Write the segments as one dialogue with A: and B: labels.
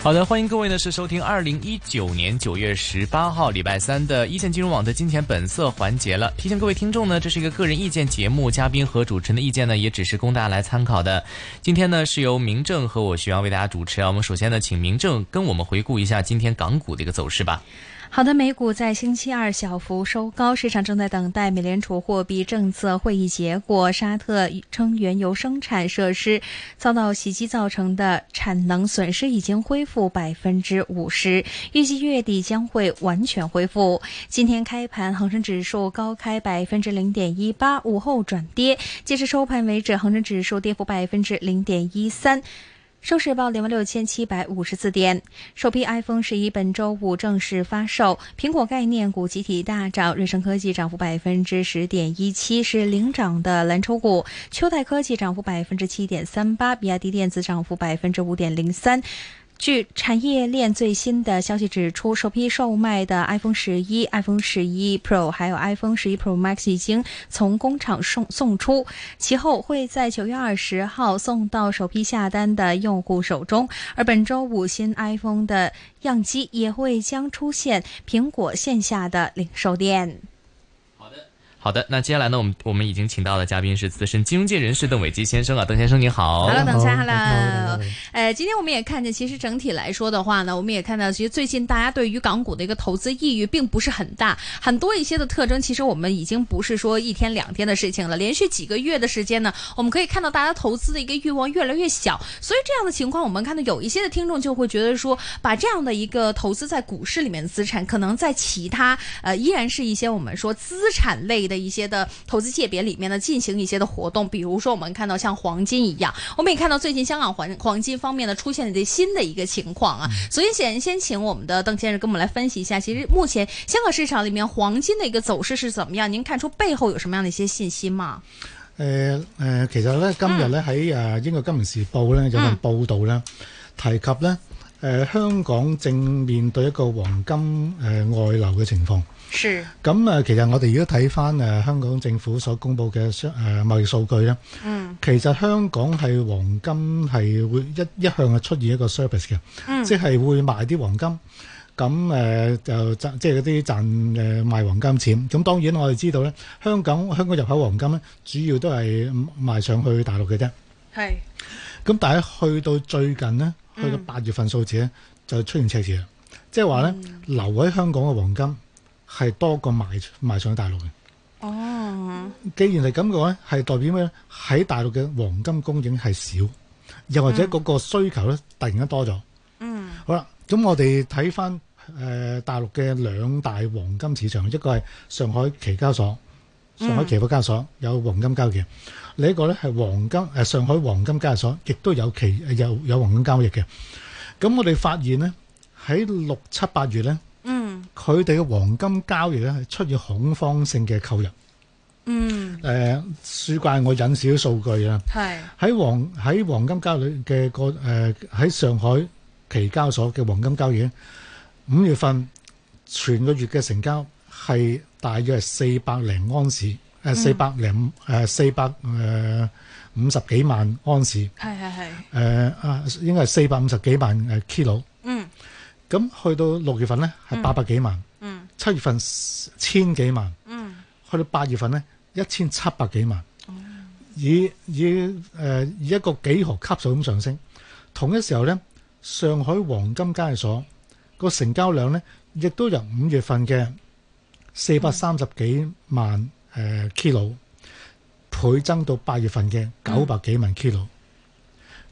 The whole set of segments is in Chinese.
A: 好的，歡迎各位呢是收聽二零一九年九月十八號禮拜三的一線金融網的金錢本色環節了。提醒各位聽眾呢，這是一個個人意見節目，嘉賓和主持人的意見呢也只是供大家來參考的。今天呢是由明正和我徐陽為大家主持啊。我們首先呢，請明正跟我們回顧一下今天港股的一個走勢吧。
B: 好的，美股在星期二小幅收高，市場正在等待美聯儲貨幣政策會議結果。沙特稱原油生產設施遭到襲擊造成的產能損失已經恢復百分之五十，預計月底將會完全恢復。今天開盤，恒生指數高開百分之零點一八，午後轉跌，截至收盤為止，恒生指數跌幅百分之零點一三。收市報兩萬六千七百五十四點，首批 iPhone 十一本周五正式發售，蘋果概念股集體大漲，瑞聲科技漲幅百分之十點一七，是領漲的藍籌股；秋代科技漲幅百分之七點三八，比亞迪電子漲幅百分之五點零三。據產業鏈最新的消息指出，首批售賣的 iPhone 十一、iPhone 十一 Pro 還有 iPhone 十一 Pro Max 已經從工廠送送出，其後會在九月二十號送到首批下單的用戶手中。而本周五新 iPhone 的樣機也會將出現蘋果線下的零售店。
A: 好的，好的。那接下來呢，我們我們已經請到的嘉賓是資深金融界人士鄧偉基先生啊，鄧先生您好。
B: Hello，鄧生，Hello。呃，今天我們也看見，其實整體來說的話呢，我們也看到，其實最近大家對於港股的一個投資意欲並不是很大，很多一些的特徵，其實我們已經不是說一天兩天的事情了，連續幾個月的時間呢，我們可以看到大家投資的一個欲望越來越小，所以這樣的情況，我們看到有一些的聽眾就會覺得說，把這樣的一個投資在股市裏面的資產，可能在其他呃依然是一些我們說資產類的一些的投資界別裏面呢，進行一些的活動，比如說我們看到像黃金一樣，我們也看到最近香港黃黃金方面呢出現了新的一個情況啊，所以先先請我們的鄧先生跟我們來分析一下，其實目前香港市場裏面黃金的一個走勢是怎麼樣？您看出背後有什麼樣的一些信息嗎？
C: 誒誒、呃其實咧今日咧喺誒英國金融時報咧有份報道啦，提及咧誒、呃香港正面對一個黃金誒、呃外流嘅情況。
B: 是，
C: 咁啊，其實我哋如果睇翻誒香港政府所公布嘅商誒貿易數據咧，
B: 嗯，
C: 其實香港係黃金係會一一向係出現一個 service 嘅，
B: 嗯
C: 即係會賣啲黃金，咁誒呃就賺即係嗰啲賺誒賣黃金錢。咁當然我哋知道咧，香港香港入口黃金咧，主要都係賣上去大陸嘅啫。
B: 係，
C: 咁但係去到最近咧，
B: 嗯
C: 去到八月份數字咧，就出現赤字啦，即係話咧
B: 嗯
C: 留喺香港嘅黃金係多過賣賣上去大陸嘅。
B: 哦，
C: 既然係咁嘅話，係代表咩咧？喺大陸嘅黃金供應係少，又或者嗰個需求咧突然間多咗。
B: 嗯，
C: 好啦，咁我哋睇翻誒大陸嘅兩大黃金市場，一個係上海期交所，上
B: 嗯
C: 海期貨交所有黃金交易嘅；另一個咧係黃金誒、呃上海黃金交易所，亦都有期呃有有黃金交易嘅。咁我哋發現咧，喺六七八月咧，
B: 嗯，
C: 佢哋嘅黃金交易咧係出現恐慌性嘅購入。
B: 嗯，
C: 誒書怪我引少數據啊！
B: 係，
C: 喺黃喺黃金交易嘅個誒喺上海期交所嘅黃金交易咧，五月份全個月嘅成交係大約係四百零安士，
B: 嗯
C: 誒四百零誒四百誒五十幾萬安士，誒、
B: 係係係，
C: 啊應該係四百五十幾萬誒 kilo。
B: 嗯
C: 咁去到六月份咧係八百幾萬，
B: 嗯
C: 七月份千幾萬。
B: 嗯，
C: 去到八月份呢，一千七百幾萬，以以誒、呃以一個幾何級數咁上升。同一時候呢，上海黃金交易所個成交量呢，亦都由五月份嘅四百三十幾萬誒、呃 kilo 倍增到八月份嘅九百幾萬 kilo。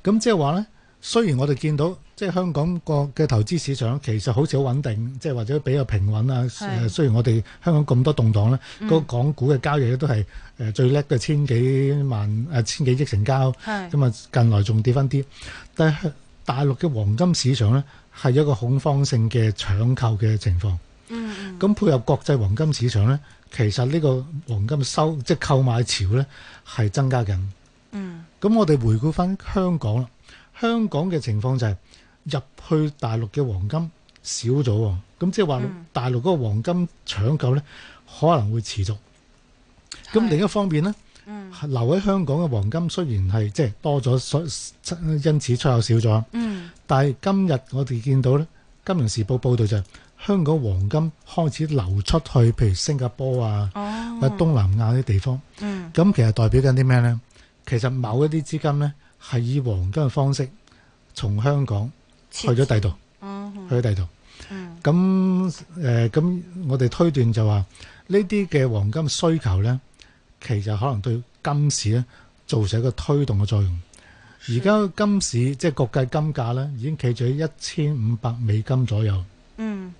C: 咁即係話呢，雖然我哋見到即係香港個嘅投資市場其實好似好穩定，即係或者比較平穩啊。
B: 係
C: 誒雖然我哋香港咁多動盪咧，
B: 嗯
C: 嗰、港股嘅交易咧都係誒最叻嘅千幾萬誒、呃千幾億成交，
B: 係，
C: 咁啊近來仲跌翻啲。但係大陸嘅黃金市場咧係有一個恐慌性嘅搶購嘅情況。
B: 嗯
C: 咁配合國際黃金市場咧，其實呢個黃金收即係購買潮咧係增加緊。
B: 嗯
C: 咁我哋回顧翻香港啦，香港嘅情況就係、入去大陸嘅黃金少咗喎，咁即係話
B: 嗯
C: 大陸嗰個黃金搶購咧可能會持續。咁
B: 係
C: 另一方面咧，
B: 嗯
C: 留喺香港嘅黃金雖然係即係多咗，所因此出口少咗，
B: 嗯
C: 但係今日我哋見到咧，《金融時報》報導就係香港黃金開始流出去，譬如新加坡啊、
B: 哦
C: 或者東南亞啲地方。
B: 嗯
C: 咁其實代表緊啲咩呢？其實某一啲資金呢，係以黃金嘅方式從香港去咗第度，
B: 哦
C: 去咗第度。
B: 嗯
C: 咁誒咁，我哋推斷就話呢啲嘅黃金需求呢，其實可能對金市呢造成一個推動嘅作用。而家金市即係國際金價呢，已經企住喺一千五百美金左右。
B: 嗯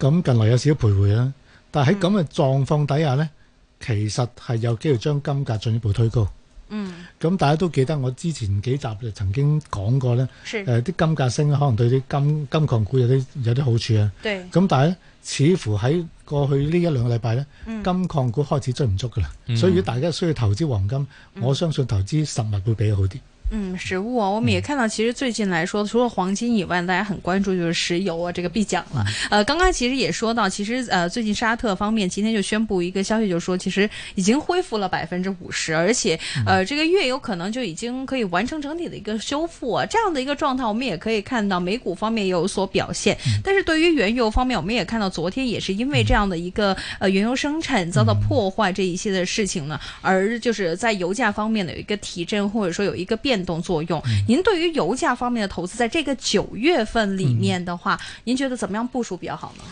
C: 咁近來有少少徘徊啦，但係喺咁嘅狀況底下呢，其實係有機會將金價進一步推高。
B: 嗯
C: 咁大家都記得我之前幾集就曾經講過咧，誒
B: 是
C: 呃啲、金價升可能對啲金金礦股有啲有啲好處啊。
B: 對
C: 咁但係咧，似乎喺過去呢一兩個禮拜咧，
B: 嗯
C: 金礦股開始追唔足㗎啦。
A: 嗯
C: 所以如果大家需要投資黃金，我相信投資實物會比較好啲。
B: 嗯，食物啊，我们也看到，其实最近来说，除了黄金以外，大家很关注就是石油啊，这个必讲了。呃，刚刚其实也说到，其实呃，最近沙特方面今天就宣布一个消息，就说其实已经恢复了百分之五十，而且呃，这个月有可能就已经可以完成整体的一个修复啊，这样的一个状态，我们也可以看到美股方面也有所表现。但是对于原油方面，我们也看到昨天也是因为这样的一个呃原油生产遭到破坏这一些的事情呢，而就是在油价方面呢有一个提振，或者说有一个变动作用。您对于油价方面的投资，在这个九月份里面的话，您觉得怎么样部署比较好呢？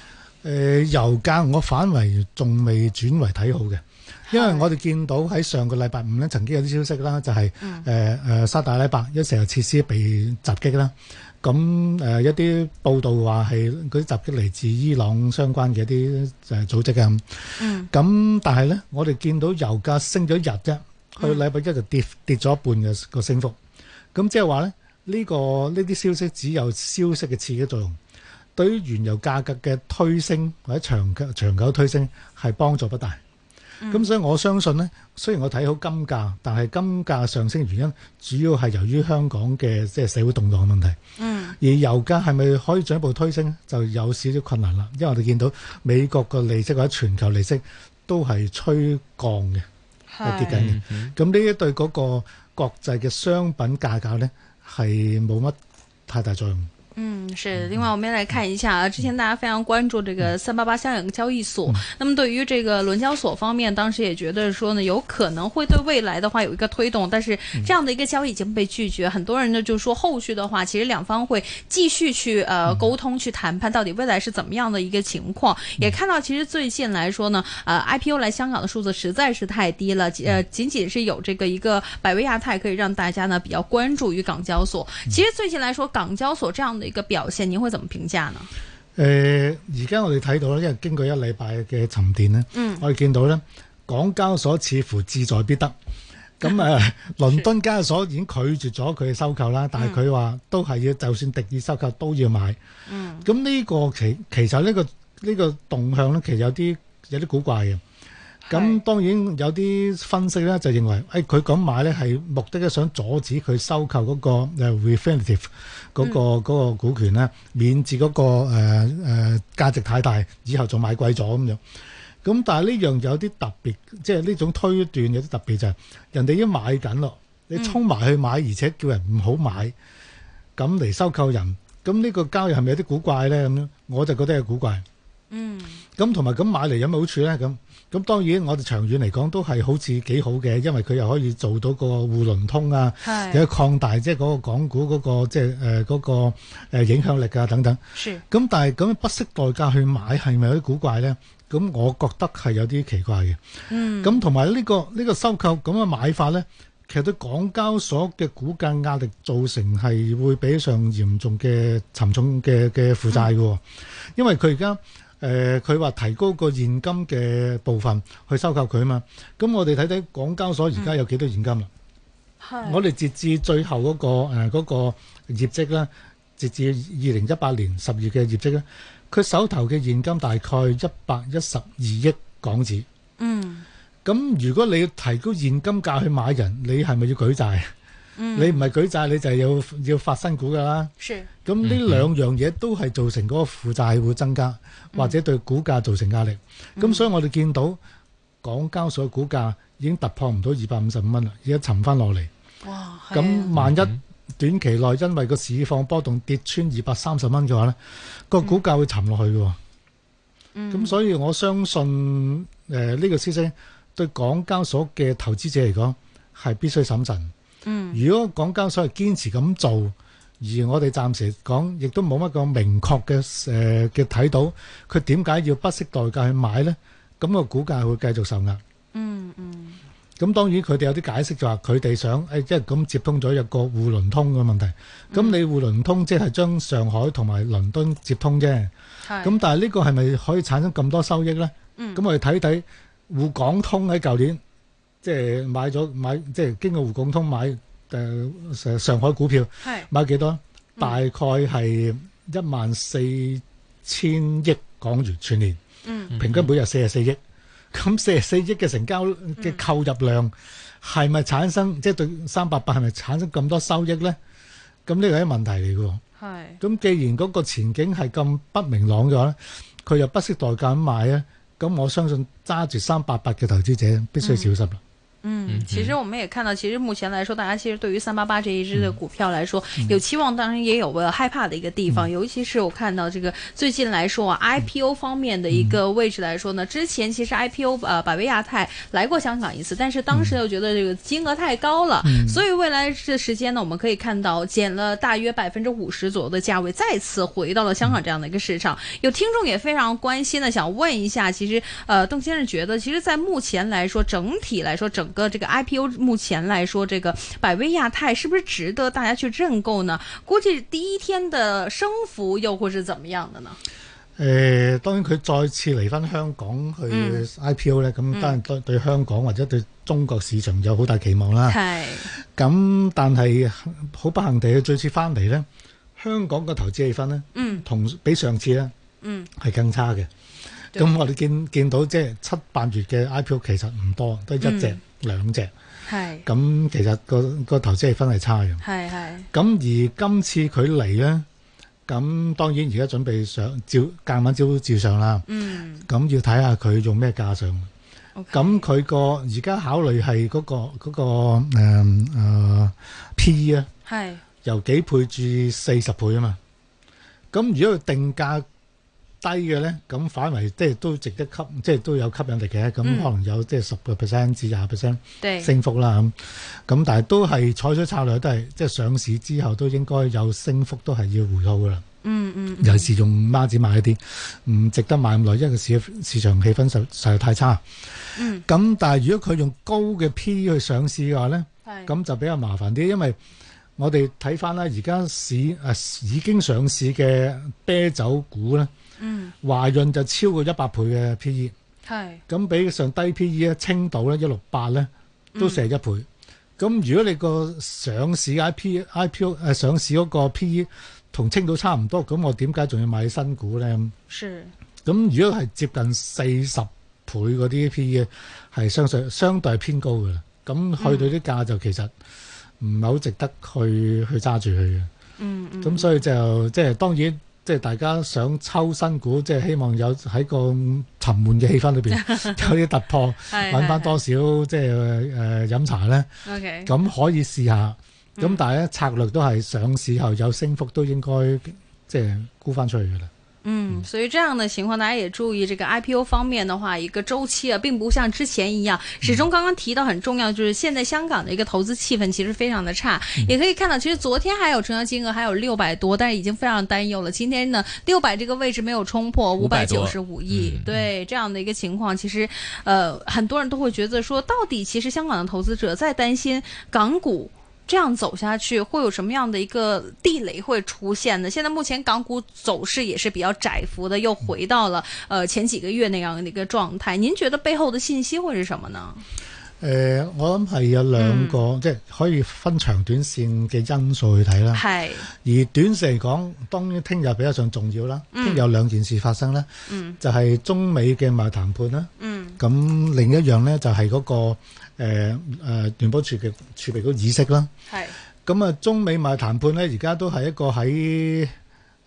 C: 誒、呃油價我反為仲未轉為睇好嘅，因為
B: 係
C: 我哋見到喺上個禮拜五咧曾經有啲消息啦，就係
B: 嗯
C: 誒誒沙特阿拉伯一石油設施被襲擊啦，咁誒、一啲報道話係嗰啲襲擊嚟自伊朗相關嘅一啲誒組織啊，
B: 嗯
C: 咁但係咧我哋見到油價升咗一日啫，去
B: 嗯
C: 禮拜一就跌跌咗一半嘅個升幅，咁即係話咧呢、個呢啲消息只有消息嘅刺激作用。對於原油價格嘅推升或者長久長久推升係幫助不大。咁、所以我相信呢，雖然我睇好金價，但係金價上升原因主要係由於香港嘅即係社會動盪嘅問題。
B: 嗯
C: 而油價係咪可以進一步推升呢就有少少困難啦，因為我哋見到美國個利息或者全球利息都係趨降嘅，係跌緊嘅。
A: 嗯嗯
C: 咁呢一對嗰個國際嘅商品價格呢，係冇乜太大作用。
B: 嗯，是。另外，我们也来看一下啊，之前大家非常关注这个三八八香港交易所。那么，对于这个伦交所方面，当时也觉得说呢，有可能会对未来的话有一个推动，但是这样的一个交易已经被拒绝。很多人呢就说，后续的话，其实两方会继续去呃沟通、去谈判，到底未来是怎么样的一个情况。也看到，其实最近来说呢，呃，IPO 来香港的数字实在是太低了，呃，仅仅是有这个一个百威亚太可以让大家呢比较关注于港交所。其实最近来说，港交所这样的一个表现，您会怎么评价呢？
C: 誒，呃而家我哋睇到咧，因為經過一禮拜嘅沉澱咧，
B: 嗯
C: 我哋見到咧，港交所似乎志在必得。咁 誒，呃倫敦交易所已經拒絕咗佢嘅收購啦，但係佢話都係要，就算敵意收購都要買。
B: 嗯
C: 咁呢個其其實呢個呢個動向咧，其實有啲有啲古怪嘅。咁
B: 係
C: 當然有啲分析咧就認為，誒佢咁買咧係目的咧想阻止佢收購嗰個誒 refinitive 嗰、個嗰、個股權咧，免至嗰、個誒誒、價值太大，以後就買貴咗咁樣。咁但係呢樣有啲特別，即係呢種推斷有啲特別就係、人哋已經買緊咯，你
B: 嗯
C: 衝埋去買，而且叫人唔好買，咁嚟收購人，咁呢個交易係咪有啲古怪咧？咁樣我就覺得有古怪。
B: 嗯
C: 咁同埋咁買嚟有咩好處咧？咁咁當然我哋長遠嚟講都係好似幾好嘅，因為佢又可以做到個互聯通啊，
B: 係
C: 又可以擴大即係嗰個港股嗰、個即係誒嗰個呃影響力啊等等。
B: 是
C: 咁但係咁樣不惜代價去買係咪有啲古怪咧？咁我覺得係有啲奇怪嘅。
B: 嗯
C: 咁同埋呢個呢、個收購咁嘅買法咧，其實對港交所嘅股價壓力造成係會比上嚴重嘅沉重嘅嘅負債嘅
B: 嗯
C: 喎，因為佢而家。誒佢話提高個現金嘅部分去收購佢啊嘛，咁我哋睇睇港交所
B: 嗯
C: 而家有幾多現金啦？
B: 係
C: 我哋截至最後嗰、個呃誒嗰、個業績咧，截至二零一八年十月嘅業績咧，佢手頭嘅現金大概一百一十二億港紙。
B: 嗯
C: 咁如果你要提高現金價去買人，你係咪要舉債？你唔係舉債，你就係要要發新股㗎啦。
B: 是，
C: 咁呢
A: 嗯
C: 兩樣嘢都係造成嗰個負債會增加，或者對股價造成壓力。咁所以我哋見到港交所嘅股價已經突破唔到二百五十五蚊啦，而家沉翻落嚟。
B: 哇，係啊
C: 咁萬一短期內因為個市況波動跌穿二百三十蚊嘅話呢個
B: 嗯
C: 股價會沉落去嘅喎。咁、所以我相信呃誒呢、個消息對港交所嘅投資者嚟講係必須審慎。
B: 嗯，
C: 如果港交所係堅持咁做，而我哋暫時講亦都冇乜個明確嘅誒嘅睇到佢點解要不惜代價去買呢？咁、個股價會繼續受壓。
B: 嗯嗯
C: 咁當然佢哋有啲解釋就話佢哋想誒，即係咁接通咗一個互聯通嘅問題。咁你互聯通即係將上海同埋倫敦接通啫。
B: 係，
C: 咁但係呢個係咪可以產生咁多收益呢？
B: 嗯
C: 咁我哋睇睇滬港通喺舊年即係買咗買，即係經過滬港通買誒、呃上海股票
B: 係
C: 買幾多？大概係一萬四千億港元全年。
B: 嗯
C: 平均每日四十四億，咁四十四億嘅成交嘅購入量係咪產生即係對三百八係咪產生咁多收益咧？咁呢個係一個問題嚟嘅喎。
B: 係，
C: 咁既然嗰個前景係咁不明朗嘅話咧，佢又不惜代價咁買咧，咁我相信揸住三百八嘅投資者必須小心啦。
B: 嗯，嗯其实我们也看到，其实目前来说，大家其实对于三八八这一只的股票来说，有期望，当然也有呃害怕的一个地方。尤其是我看到这个最近来说啊，IPO 方面的一个位置来说呢，之前其实 IPO 呃百威亚太来过香港一次，但是当时又觉得这个金额太高了，所以未来这时间呢，我们可以看到减了大约百分之五十左右的价位，再次回到了香港这样的一个市场。有听众也非常关心呢，想问一下，其实呃，邓先生觉得，其实，在目前来说，整体来说，整个这个 IPO 目前来说，这个百威亚太是不是值得大家去认购呢？估计第一天的升幅又会是怎么样的呢？
C: 誒、呃當然佢再次嚟翻香港去
B: 嗯
C: IPO 咧，咁當然對對香港或者對中國市場有好大期望啦。
B: 係，
C: 咁但係好不幸地，佢最次翻嚟咧，香港嘅投資氣氛咧，
B: 嗯
C: 同比上次咧
B: 嗯，
C: 係更差嘅。
B: 對
C: 咁我哋見見到即係七八月嘅 IPO 其實唔多，得一隻、
B: 嗯
C: 兩隻。
B: 係，
C: 咁其實個個投資氣氛係差嘅。
B: 係係，
C: 咁而今次佢嚟咧，咁當然而家準備上照夾硬招照上啦。
B: 嗯
C: 咁要睇下佢用咩價上。
B: ，OK，
C: 咁佢個而家考慮係嗰個嗰個誒誒 P 啊。
B: 係，
C: 由幾倍至四十倍啊嘛。咁如果佢定價低嘅咧，咁反為即係都值得吸，即係都有吸引力嘅。咁可能有即係十個 percent 至廿 percent
B: 對，
C: 升幅啦。咁咁但係都係採取策略，都係即係上市之後都應該有升幅，都係要回吐噶啦。
B: 嗯嗯嗯，
C: 尤其是用孖子買一啲，唔值得買咁耐，因為個市市場氣氛實實在太差。
B: 嗯，
C: 咁但係如果佢用高嘅 P 去上市嘅話咧，
B: 係，
C: 咁就比較麻煩啲，因為我哋睇翻啦，而家市誒、啊已經上市嘅啤酒股咧，
B: 嗯
C: 華潤就超過一百倍嘅 P E，
B: 係，
C: 咁比上低 P E 咧，青島咧一六八咧都四十一倍。咁、如果你個上市 I P I P O 誒上市嗰個 P E 同青島差唔多，咁我點解仲要買新股咧？
B: 是，
C: 咁如果係接近四十倍嗰啲 P E 係相對相對偏高嘅啦，咁去到啲價就其實唔係好值得去去揸住佢嘅。
B: 嗯嗯，
C: 咁、所以就即係當然，即係大家想抽新股，即係希望有喺個沉悶嘅氣氛裏邊有啲突破，
B: 係
C: 揾翻多少即係誒、呃、飲茶咧，
B: ，OK，
C: 咁可以試下。
B: 嗯
C: 咁但係咧策略都係上市後有升幅都應該即係沽翻出去嘅啦。
B: 嗯，所以这样的情况，大家也注意这个 IPO 方面的话，一个周期啊，并不像之前一样。始终刚刚提到很重要，就是现在香港的一个投资气氛其实非常的差，也可以看到，其实昨天还有成交金额还有六百多，但是已经非常担忧了。今天呢，六百这个位置没有冲破五百
A: 500
B: 九
A: 多
B: 十五亿，
A: 嗯
B: 对这样的一个情况，其实呃，很多人都会觉得说，到底其实香港的投资者在担心港股。这样走下去会有什么样的一个地雷会出现呢？现在目前港股走势也是比较窄幅的，又回到了呃前几个月那样的一个状态。您觉得背后的信息会是什么呢？
C: 誒、呃我諗係有兩個，
B: 嗯
C: 即係可以分長短線嘅因素去睇啦。
B: 嗨，
C: 而短線嚟講，當然聽日比較上重要啦。
B: 嗯
C: 聽日有兩件事發生啦，
B: 嗯
C: 就係中美嘅貿易談判啦，
B: 嗯
C: 咁另一樣咧就係嗰個誒誒聯邦儲備儲備嗰議息啦。
B: 係
C: 咁啊，中美貿易談判咧，而家都係一個喺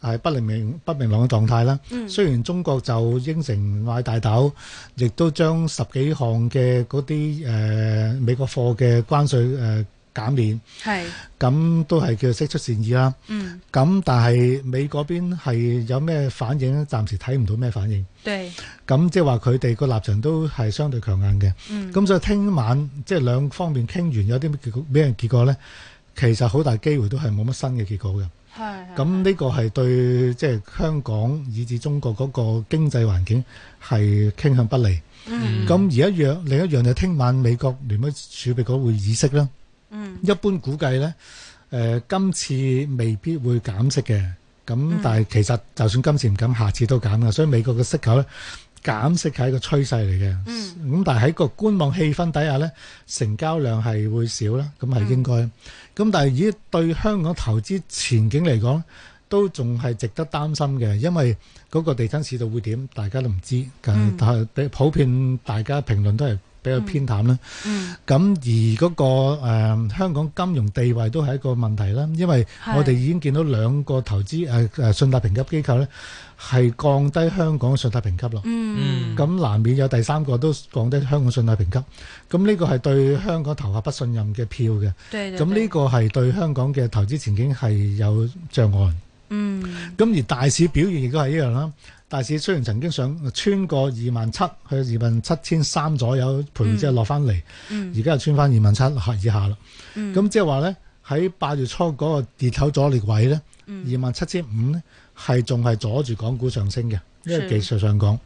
C: 係不明不明朗嘅狀態啦。雖然中國就應承買大豆，亦都將十幾項嘅嗰啲誒美國貨嘅關税誒、呃減免，
B: 係
C: 咁都係叫釋出善意啦。
B: 嗯
C: 咁但係美嗰邊係有咩反應咧？暫時睇唔到咩反應。
B: 對
C: 咁即係話佢哋個立場都係相對強硬嘅。
B: 嗯
C: 咁所以聽晚即係兩方面傾完有啲咩結果咩結果咧？其實好大機會都係冇乜新嘅結果嘅。
B: 係
C: 咁呢個係對即係香港以至中國嗰個經濟環境係傾向不利。
B: 嗯
C: 咁而一樣另一樣就聽晚美國聯邦儲備局會議息啦。
B: 嗯
C: 一般估計咧，誒、今次未必會減息嘅。咁但係其實就算今次唔減，下次都減㗎。所以美國嘅息口咧減息係一個趨勢嚟嘅。咁、
B: 嗯
C: 但係喺個觀望氣氛底下咧，成交量係會少啦，咁係應該。咁、但係咦對香港投資前景嚟講，都仲係值得擔心嘅，因為嗰個地產市道會點，大家都唔知。但係比普遍大家評論都係比較偏淡啦。
B: 嗯
C: 咁而嗰、個、呃、香港金融地位都係一個問題啦，因為
B: 係
C: 我哋已經見到兩個投資誒誒信貸評級機構咧係降低香港嘅信貸評級咯。
B: 嗯
A: 嗯，
C: 咁難免有第三個都降低香港信貸評級，咁呢個係對香港投下不信任嘅票嘅，
B: 對對
C: 咁呢
B: 對
C: 個係對香港嘅投資前景係有障礙。
B: 嗯
C: 咁而大市表現亦都係一樣啦。大市雖然曾經上穿過二萬七去二萬七千三左右，徘徊之後落翻嚟，
B: 嗯
C: 而家又穿翻二萬七以下啦。
B: 嗯
C: 咁即係話咧，喺八月初嗰個跌頭阻力位咧，
B: 嗯
C: 二萬七千五咧係仲係阻住港股上升嘅，因為技
B: 是
C: 術上講。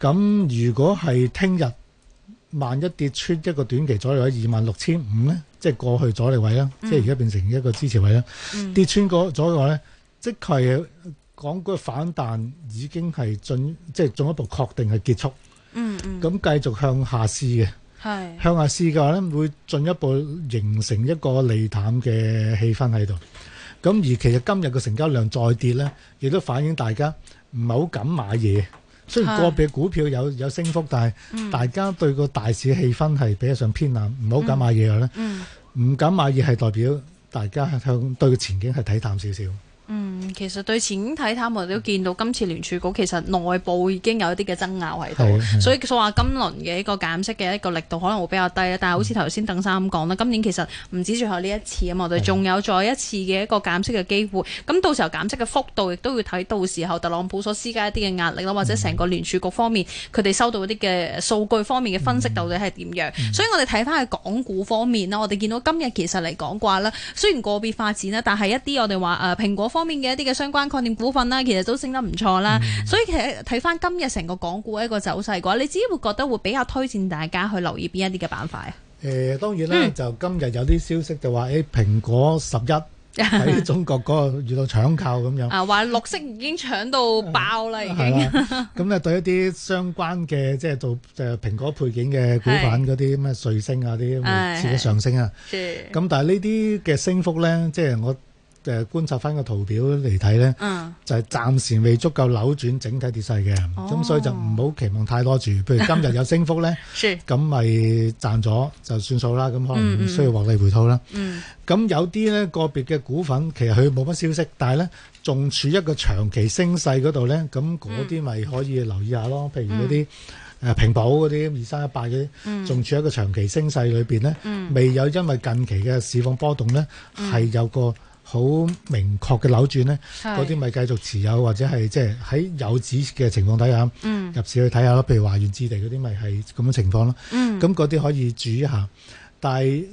C: 咁如果係聽日萬一跌穿一個短期阻力位二萬六千五咧，即係過去阻力位啦，即係而家變成一個支持位啦，
B: 嗯
C: 跌穿嗰阻力位咧，即係港股嘅反彈已經係進即係進一步確定係結束，
B: 嗯嗯
C: 咁繼續向下試嘅。
B: 係
C: 向下試嘅話咧，會進一步形成一個利淡嘅氣氛喺度。咁而其實今日嘅成交量再跌咧，亦都反映大家唔係好敢買嘢。雖
B: 係
C: 然個別股票有有升幅，但係大家對個大市氣氛係比較上偏冷，唔好敢買嘢嘅咧。
B: 嗯。
C: 唔敢買嘢係代表大家係向對個前景係睇淡少少。
B: 嗯，其實對前景睇淡，我哋都見到今次聯儲局其實內部已經有一啲嘅爭拗喺
C: 係
B: 度，
C: 係
B: 所以佢話今輪嘅一個減息嘅一個力度可能會比較低啦。但係好似頭先鄧生咁講啦，今年其實唔止最後呢一次啊嘛，我哋仲有再一次嘅一個減息嘅機會。咁到時候減息嘅幅度亦都要睇到時候特朗普所施加一啲嘅壓力啦，或者成個聯儲局方面佢哋收到一啲嘅數據方面嘅分析到底係點樣。
C: 嗯
B: 所以我哋睇翻去港股方面啦，我哋見到今日其實嚟講話啦，雖然個別發展啦，但係一啲我哋話呃誒蘋果方面嘅一啲嘅相關概念股份啦，其實都升得唔錯啦。
C: 嗯
B: 所以其實睇翻今日成個港股一個走勢嘅話，你自己會覺得會比較推薦大家去留意邊一啲嘅板塊啊？
C: 誒、呃當然啦，
B: 嗯
C: 就今日有啲消息就話誒、蘋果十 一喺中國嗰個遇到搶購咁樣。
B: 啊，話綠色已經搶到爆啦，已
C: 係
B: 經。
C: 啦， 咁咧對一啲相關嘅即係做誒蘋果配件嘅股份嗰啲咩瑞星啊啲
B: 係
C: 會持續上升啊，
B: 是
C: 咁但係呢啲嘅升幅咧，即係我誒觀察翻個圖表嚟睇咧，
B: 嗯
C: 就係暫時未足夠扭轉整體跌勢嘅，
B: 哦
C: 咁所以就唔好期望太多住。譬如今日有升幅咧，
B: 是
C: 咁咪賺咗就算數啦，咁可
B: 嗯
C: 能
B: 嗯
C: 唔需要獲利回吐啦。
B: 嗯
C: 咁有啲咧個別嘅股份其實佢冇乜消息，但係咧仲處一個長期升勢嗰度咧，咁
B: 嗯
C: 嗰啲咪可以留意下咯。譬如嗰啲誒平保嗰啲二三一八嗰
B: 嗯
C: 啲，仲處一個長期升勢裏邊咧，未有因為近期嘅市況波動咧
B: 嗯
C: 係有個好明確嘅扭轉咧，
B: 係
C: 嗰啲咪繼續持有或者係即係喺有指嘅情況底下
B: 嗯
C: 入市去睇下咯。譬如華源置地嗰啲咪係咁嘅情況咯。
B: 嗯
C: 咁嗰啲可以注意一下。但係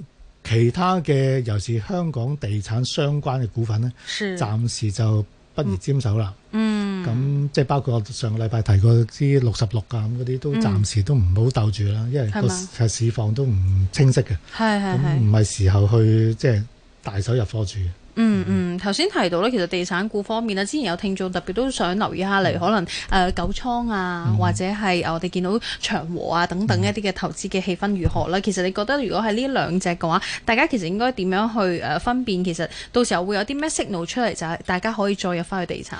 C: 其他嘅，尤其是香港地產相關嘅股份咧，
B: 是
C: 暫時就不宜沾手啦。
B: 嗯
C: 咁、即係包括我上個禮拜提過啲六十六啊咁嗰啲，都暫時都唔好鬥住啦，因為
B: 嗯係
C: 個
B: 嘛
C: 市市況都唔清晰嘅，
B: 係係
C: 咁
B: 係
C: 唔係時候去即係大手入貨住嘅。
B: 嗯嗯，頭先提到咧，其實地產股方面咧，之前有聽眾特別都想留意下，例如可能誒、呃、九倉啊，或者係呃我哋見到長和啊等等一啲嘅投資嘅氣氛如何啦。其實你覺得如果係呢兩隻嘅話，大家其實應該點樣去誒、呃分辨？其實到時候會有啲咩 signal 出嚟，就係大家可以再入翻去地產。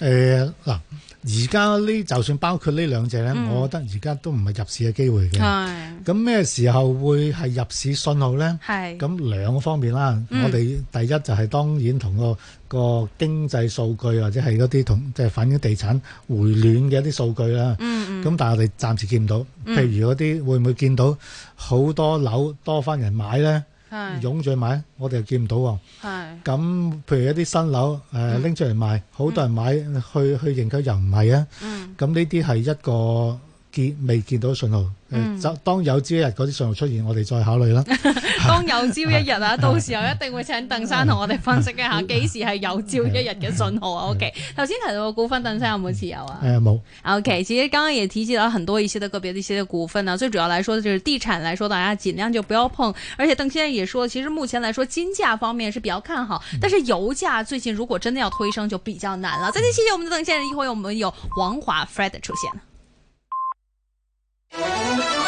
C: 誒嗱，而家呢就算包括呢兩隻咧，
B: 嗯啊
C: 我覺得而家都唔係入市嘅機會嘅。
B: 係
C: 咁咩時候會係入市信號咧？
B: 嗯係
C: 咁兩個方面啦，
B: 嗯
C: 我哋第一就係當然同個個經濟數據或者係嗰啲同即係反映地產回暖嘅一啲數據啦。
B: 嗯嗯
C: 咁但係我哋暫時見唔到，
B: 嗯
C: 譬如嗰啲會唔會見到好多樓多翻人買咧，
B: 嗯係
C: 湧住買，我哋又見唔到喎。
B: 係
C: 咁譬如一啲新樓誒
B: 嗯
C: 拎出嚟賣，好多人買去去認購又唔係啊。
B: 嗯
C: 咁呢啲係一個見未見到信號。
B: 嗯
C: 誒，就當有朝一日嗰啲信號出現，我哋再考 慮啦。
B: 當有朝一日啊，到時候一定會請鄧生同我哋分析一下，幾時係有朝一日嘅信號啊？OK，頭先提到嘅股份，鄧生有冇持有啊？
C: 誒冇。
B: OK，其实刚刚也提及到很多一些的个别的一些的股份呢，最主要来说就是地产来说，大家尽量就不要碰。而且邓先生也说，其实目前来说金价方面是比较看好，但是油价最近如果真的要推升就比较难了。再次谢谢我们的邓先生，一会儿我们有王华 Fred 出现。